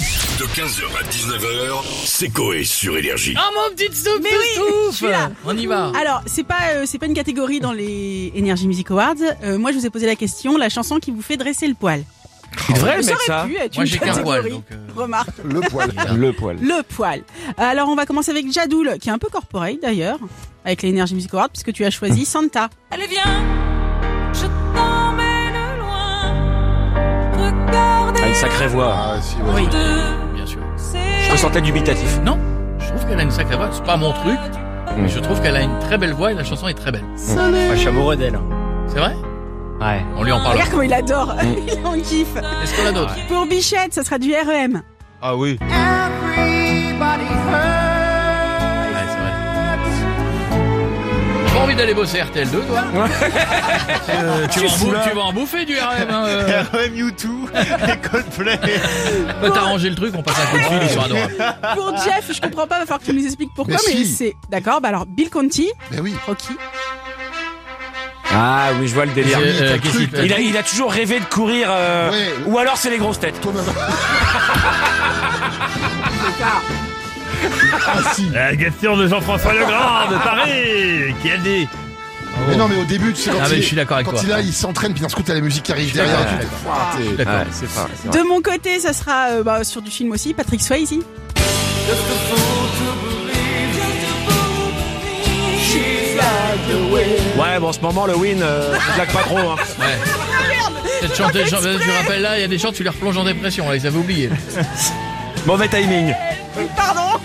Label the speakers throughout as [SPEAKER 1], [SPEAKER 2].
[SPEAKER 1] De 15h à 19h, c'est Coé sur Énergie.
[SPEAKER 2] Ah mon petit soupe
[SPEAKER 3] Mais
[SPEAKER 2] de
[SPEAKER 3] oui,
[SPEAKER 2] souffle
[SPEAKER 3] je suis là.
[SPEAKER 2] On y va
[SPEAKER 3] Alors, c'est pas euh, c'est pas une catégorie dans les Energy Music Awards. Euh, moi, je vous ai posé la question, la chanson qui vous fait dresser le poil.
[SPEAKER 4] Il devrait le
[SPEAKER 3] Ça
[SPEAKER 4] mettre
[SPEAKER 3] aurait
[SPEAKER 4] ça.
[SPEAKER 3] pu être
[SPEAKER 2] Moi
[SPEAKER 3] une
[SPEAKER 2] j'ai qu'un poil
[SPEAKER 3] catégorie.
[SPEAKER 2] donc... euh,
[SPEAKER 3] Remarque,
[SPEAKER 5] Le poil.
[SPEAKER 4] Le poil.
[SPEAKER 3] le poil. Alors, on va commencer avec Jadoul, qui est un peu corporate d'ailleurs, avec les Energy Music Awards, puisque tu as choisi Santa.
[SPEAKER 6] Allez viens, je t'emmène loin. Regardez
[SPEAKER 4] Ah, une sacrée voix.
[SPEAKER 5] Ah si, ouais.
[SPEAKER 6] de
[SPEAKER 2] Bien sûr.
[SPEAKER 4] Je te sentais dubitatif.
[SPEAKER 2] Non, je trouve qu'elle a une sacrée voix, c'est pas mon truc,
[SPEAKER 4] Mm.
[SPEAKER 2] mais je trouve qu'elle a une très belle voix et la chanson est très belle.
[SPEAKER 4] Moi, Ah, je suis amoureux d'elle.
[SPEAKER 2] C'est vrai
[SPEAKER 4] Ouais.
[SPEAKER 2] On lui en parle.
[SPEAKER 3] Regarde comment il adore,
[SPEAKER 2] Mm.
[SPEAKER 3] il en kiffe.
[SPEAKER 2] Est-ce qu'on a d'autres
[SPEAKER 3] Pour Bichette, ça sera du E REM.
[SPEAKER 4] Ah oui.
[SPEAKER 2] Ouais, c'est vrai. J'ai pas envie d'aller bosser RTL2 toi tu, vas en bou- tu vas en bouffer du RM hein, euh.
[SPEAKER 7] RM U2 et Coldplay.
[SPEAKER 2] Toi, T'as arrangé le truc, on passe un coup de fil, ils sont adorables.
[SPEAKER 3] Pour
[SPEAKER 2] Ah.
[SPEAKER 3] Jeff, je comprends pas, va falloir que tu nous expliques pourquoi, mais,
[SPEAKER 5] Mais si.
[SPEAKER 3] c'est d'accord. Bah alors, Bill Conti,
[SPEAKER 5] Mais Ben oui.
[SPEAKER 3] Rocky.
[SPEAKER 4] Ah oui, je vois le délire.
[SPEAKER 2] Euh, euh, qu'est-ce qu'il fait
[SPEAKER 4] Il a, il a toujours rêvé de courir. euh,
[SPEAKER 5] Ouais.
[SPEAKER 4] Ou alors c'est les grosses têtes.
[SPEAKER 5] Thomas.
[SPEAKER 3] D'accord.
[SPEAKER 7] La question de Jean-François Legrand de Paris qui a dit
[SPEAKER 5] Mais non, mais au début, tu sais, quand
[SPEAKER 2] Ah, mais
[SPEAKER 5] il,
[SPEAKER 2] je suis d'accord avec
[SPEAKER 5] quand
[SPEAKER 2] toi.
[SPEAKER 5] il, a, il s'entraîne, puis d'un coup, t'as la musique qui arrive derrière.
[SPEAKER 2] d'accord,
[SPEAKER 5] tu te dis, Ouah, t'es-
[SPEAKER 2] D'accord.
[SPEAKER 4] Ouais, c'est pas. c'est
[SPEAKER 3] De mon côté, ça sera euh, bah, sur du film aussi, Patrick Swayze.
[SPEAKER 4] vrai. Ouais, bon, en ce moment, le win, euh, on blague pas trop. Hein.
[SPEAKER 2] Ouais.
[SPEAKER 3] Ah,
[SPEAKER 2] Cette chanteuse, Jean- tu rappelles là, il y a des chants, tu les replonges en dépression, là, ils avaient oublié.
[SPEAKER 4] Mauvais timing.
[SPEAKER 3] Pardon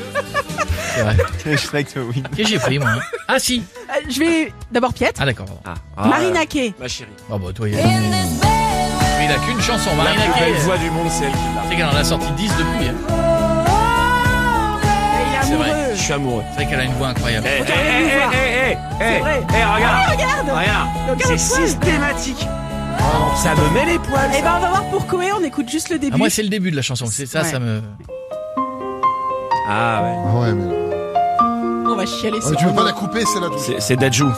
[SPEAKER 2] C'est vrai.
[SPEAKER 7] Shrek the Wind.
[SPEAKER 2] Qu'est-ce que j'ai pris, moi hein Ah si
[SPEAKER 3] Euh, Je vais d'abord Piette.
[SPEAKER 2] Ah d'accord. pardon.
[SPEAKER 4] Ah,
[SPEAKER 3] Marina Kay.
[SPEAKER 4] Ma chérie.
[SPEAKER 2] Oh bah toi, il y a- il a qu'une chanson, Marina
[SPEAKER 4] La plus
[SPEAKER 2] Kaye.
[SPEAKER 4] belle voix du monde, c'est elle qui l'a.
[SPEAKER 2] C'est qu'elle en a sorti 10 depuis. hein.
[SPEAKER 3] Il est
[SPEAKER 2] C'est vrai.
[SPEAKER 3] amoureux.
[SPEAKER 4] Je suis amoureux.
[SPEAKER 2] C'est vrai qu'elle a une voix incroyable.
[SPEAKER 4] Eh, eh,
[SPEAKER 3] Regardez-nous voir.
[SPEAKER 4] eh, eh, eh,
[SPEAKER 3] vrai.
[SPEAKER 4] eh, eh, regarde.
[SPEAKER 3] Regarde
[SPEAKER 4] Regarde.
[SPEAKER 3] Regarde le
[SPEAKER 4] C'est
[SPEAKER 3] poil.
[SPEAKER 4] systématique. Ça me met les poils.
[SPEAKER 3] Eh
[SPEAKER 4] ça.
[SPEAKER 3] ben, on va voir pour Koé, on écoute juste le début.
[SPEAKER 2] Ah, moi, c'est le début de la chanson. C'est ça,
[SPEAKER 3] Ouais.
[SPEAKER 2] ça me.
[SPEAKER 4] Ah ouais.
[SPEAKER 5] Ouais, mais.
[SPEAKER 3] on va chialer
[SPEAKER 5] Ouais,
[SPEAKER 3] sur
[SPEAKER 5] Ah, tu veux pas la couper, celle-là tout
[SPEAKER 4] C'est- C'est Dajou.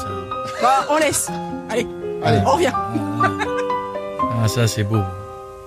[SPEAKER 3] Bah, On laisse. Allez,
[SPEAKER 5] Allez.
[SPEAKER 3] on revient.
[SPEAKER 2] Ah, ça, c'est beau.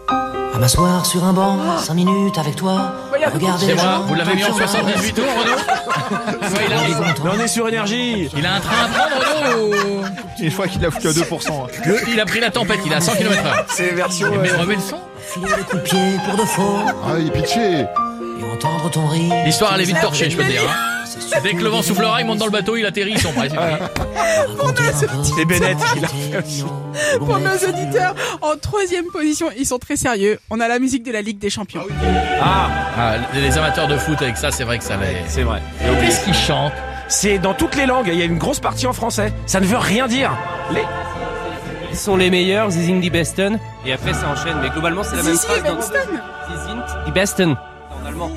[SPEAKER 8] À m'asseoir sur un banc, 5 minutes avec toi.
[SPEAKER 3] Voyez,
[SPEAKER 8] Regardez
[SPEAKER 2] Ah. C'est
[SPEAKER 8] les
[SPEAKER 2] moi.
[SPEAKER 8] gens.
[SPEAKER 2] Vous l'avez mis en 78 tours, Renaud Ouais, il, a,
[SPEAKER 4] Mais on est sur énergie.
[SPEAKER 2] il a un train à prendre, Renaud
[SPEAKER 7] Une fois qu'il a foutu à 2%.
[SPEAKER 2] ou- Il a pris la tempête, il a 100 km/h.
[SPEAKER 4] C'est version.
[SPEAKER 2] Mais
[SPEAKER 4] euh,
[SPEAKER 2] remets le son.
[SPEAKER 8] Filer les coups de pied pour de faux.
[SPEAKER 5] Ah, il est pitché.
[SPEAKER 8] Et entendre ton rire.
[SPEAKER 2] L'histoire, elle est vite torchée, je peux te dire. hein.
[SPEAKER 8] C'est surtout
[SPEAKER 2] Dès que le vent soufflera, il monte dans le bateau, il atterrit, ils sont prêts. c'est fini.
[SPEAKER 8] raconter un peu.
[SPEAKER 4] C'est Bennett, il a
[SPEAKER 8] Bon,
[SPEAKER 3] Pour
[SPEAKER 8] mais-
[SPEAKER 3] nos auditeurs, en troisième position, ils sont très sérieux. On a la musique de la Ligue des Champions.
[SPEAKER 4] Ah,
[SPEAKER 2] Ah, les les amateurs de foot avec ça, c'est vrai que ça les.
[SPEAKER 4] c'est vrai.
[SPEAKER 2] Qu'est-ce qu'ils chantent
[SPEAKER 4] C'est dans toutes les langues. Il y a une grosse partie en français. Ça ne veut rien dire. Les...
[SPEAKER 9] Ils sont les meilleurs, Zizing die Besten. Et après, ça enchaîne. Mais globalement, c'est la même
[SPEAKER 3] Zizi
[SPEAKER 9] phrase. dans-
[SPEAKER 3] Evanston.
[SPEAKER 9] Zizing die Besten. En allemand.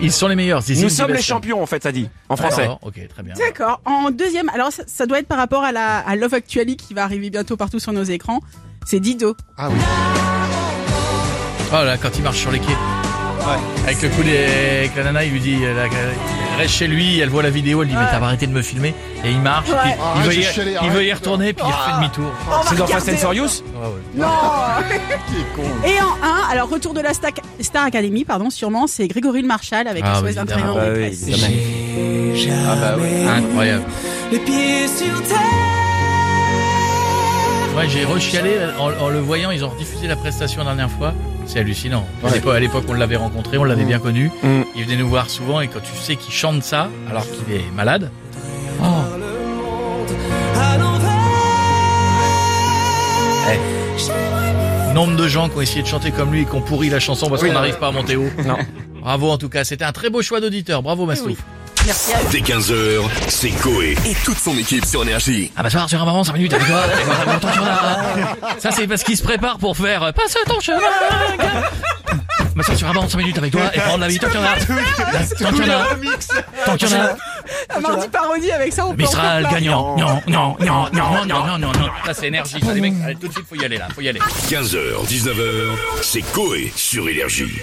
[SPEAKER 2] Ils sont les meilleurs. Zizou
[SPEAKER 4] Nous
[SPEAKER 2] du
[SPEAKER 4] sommes les
[SPEAKER 2] best.
[SPEAKER 4] champions, en fait, ça dit. En français.
[SPEAKER 2] D'accord, ok, très bien.
[SPEAKER 3] D'accord. En deuxième, alors ça, ça doit être par rapport à, la, à Love Actually qui va arriver bientôt partout sur nos écrans. C'est Dido.
[SPEAKER 5] Ah oui.
[SPEAKER 2] Oh là, quand il marche sur les quais. Avec le coup des. Avec la nana, il lui dit. elle a- elle reste chez lui, elle voit la vidéo, elle dit Mais t'as arrêté de me filmer. Et il marche,
[SPEAKER 3] Ouais.
[SPEAKER 2] puis
[SPEAKER 5] Ah,
[SPEAKER 2] il, veut
[SPEAKER 5] j'ai
[SPEAKER 2] y,
[SPEAKER 5] chialé,
[SPEAKER 2] il
[SPEAKER 5] arrête.
[SPEAKER 2] veut y retourner, puis il
[SPEAKER 4] Ah.
[SPEAKER 2] refait demi-tour. Ah,
[SPEAKER 4] C'est dans Fast and Furious
[SPEAKER 2] Ouais, ouais.
[SPEAKER 3] Non Et en un, alors retour de la Stac- Star Academy, pardon, sûrement, c'est Grégory Le Marchal avec
[SPEAKER 2] Ah, oui,
[SPEAKER 3] la Suez
[SPEAKER 2] évidemment.
[SPEAKER 3] d'intérieur
[SPEAKER 4] Ah,
[SPEAKER 3] en
[SPEAKER 4] bah oui,
[SPEAKER 3] détresse.
[SPEAKER 4] évidemment.
[SPEAKER 2] Ah bah ouais, incroyable.
[SPEAKER 8] Les pieds sur terre.
[SPEAKER 2] Moi, j'ai rechialé en, en le voyant, ils ont rediffusé la prestation la dernière fois. C'est hallucinant. À l'époque- À l'époque, on l'avait rencontré, on l'avait bien connu.
[SPEAKER 4] Mm.
[SPEAKER 2] Il venait nous voir souvent, et quand tu sais qu'il chante ça, alors qu'il est malade. Oh. Eh. Nombre de gens qui ont essayé de chanter comme lui et qui ont pourri la chanson parce qu'on n'arrive pas à monter haut.
[SPEAKER 4] Non. Eh
[SPEAKER 2] Bravo en tout cas, c'était un très beau choix d'auditeur. Bravo Mastouf.
[SPEAKER 3] Merci à vous.
[SPEAKER 1] Dès 15h, c'est Coé et toute son équipe sur Énergie.
[SPEAKER 2] Ah bah ça va sur un moment, 5 minutes avec toi. Allez, voilà, bon, ton chemin. Ça c'est parce qu'il se prépare pour faire euh, passe ton chemin. Bah ça sur un moment, 5 minutes avec toi et prendre la vie tant qu'il y en a. Tant qu'il y en a. Tant qu'il y en a.
[SPEAKER 3] Un mardi parodie avec ça, on peut en
[SPEAKER 2] Mistral
[SPEAKER 3] faire plein.
[SPEAKER 2] gagnant. Non, non, non, non, non, non, non, non. Ça c'est énergie. Ça les mecs, allez tout de suite, faut y aller là, faut y aller.
[SPEAKER 1] 15h, 19h, c'est Coé sur Énergie.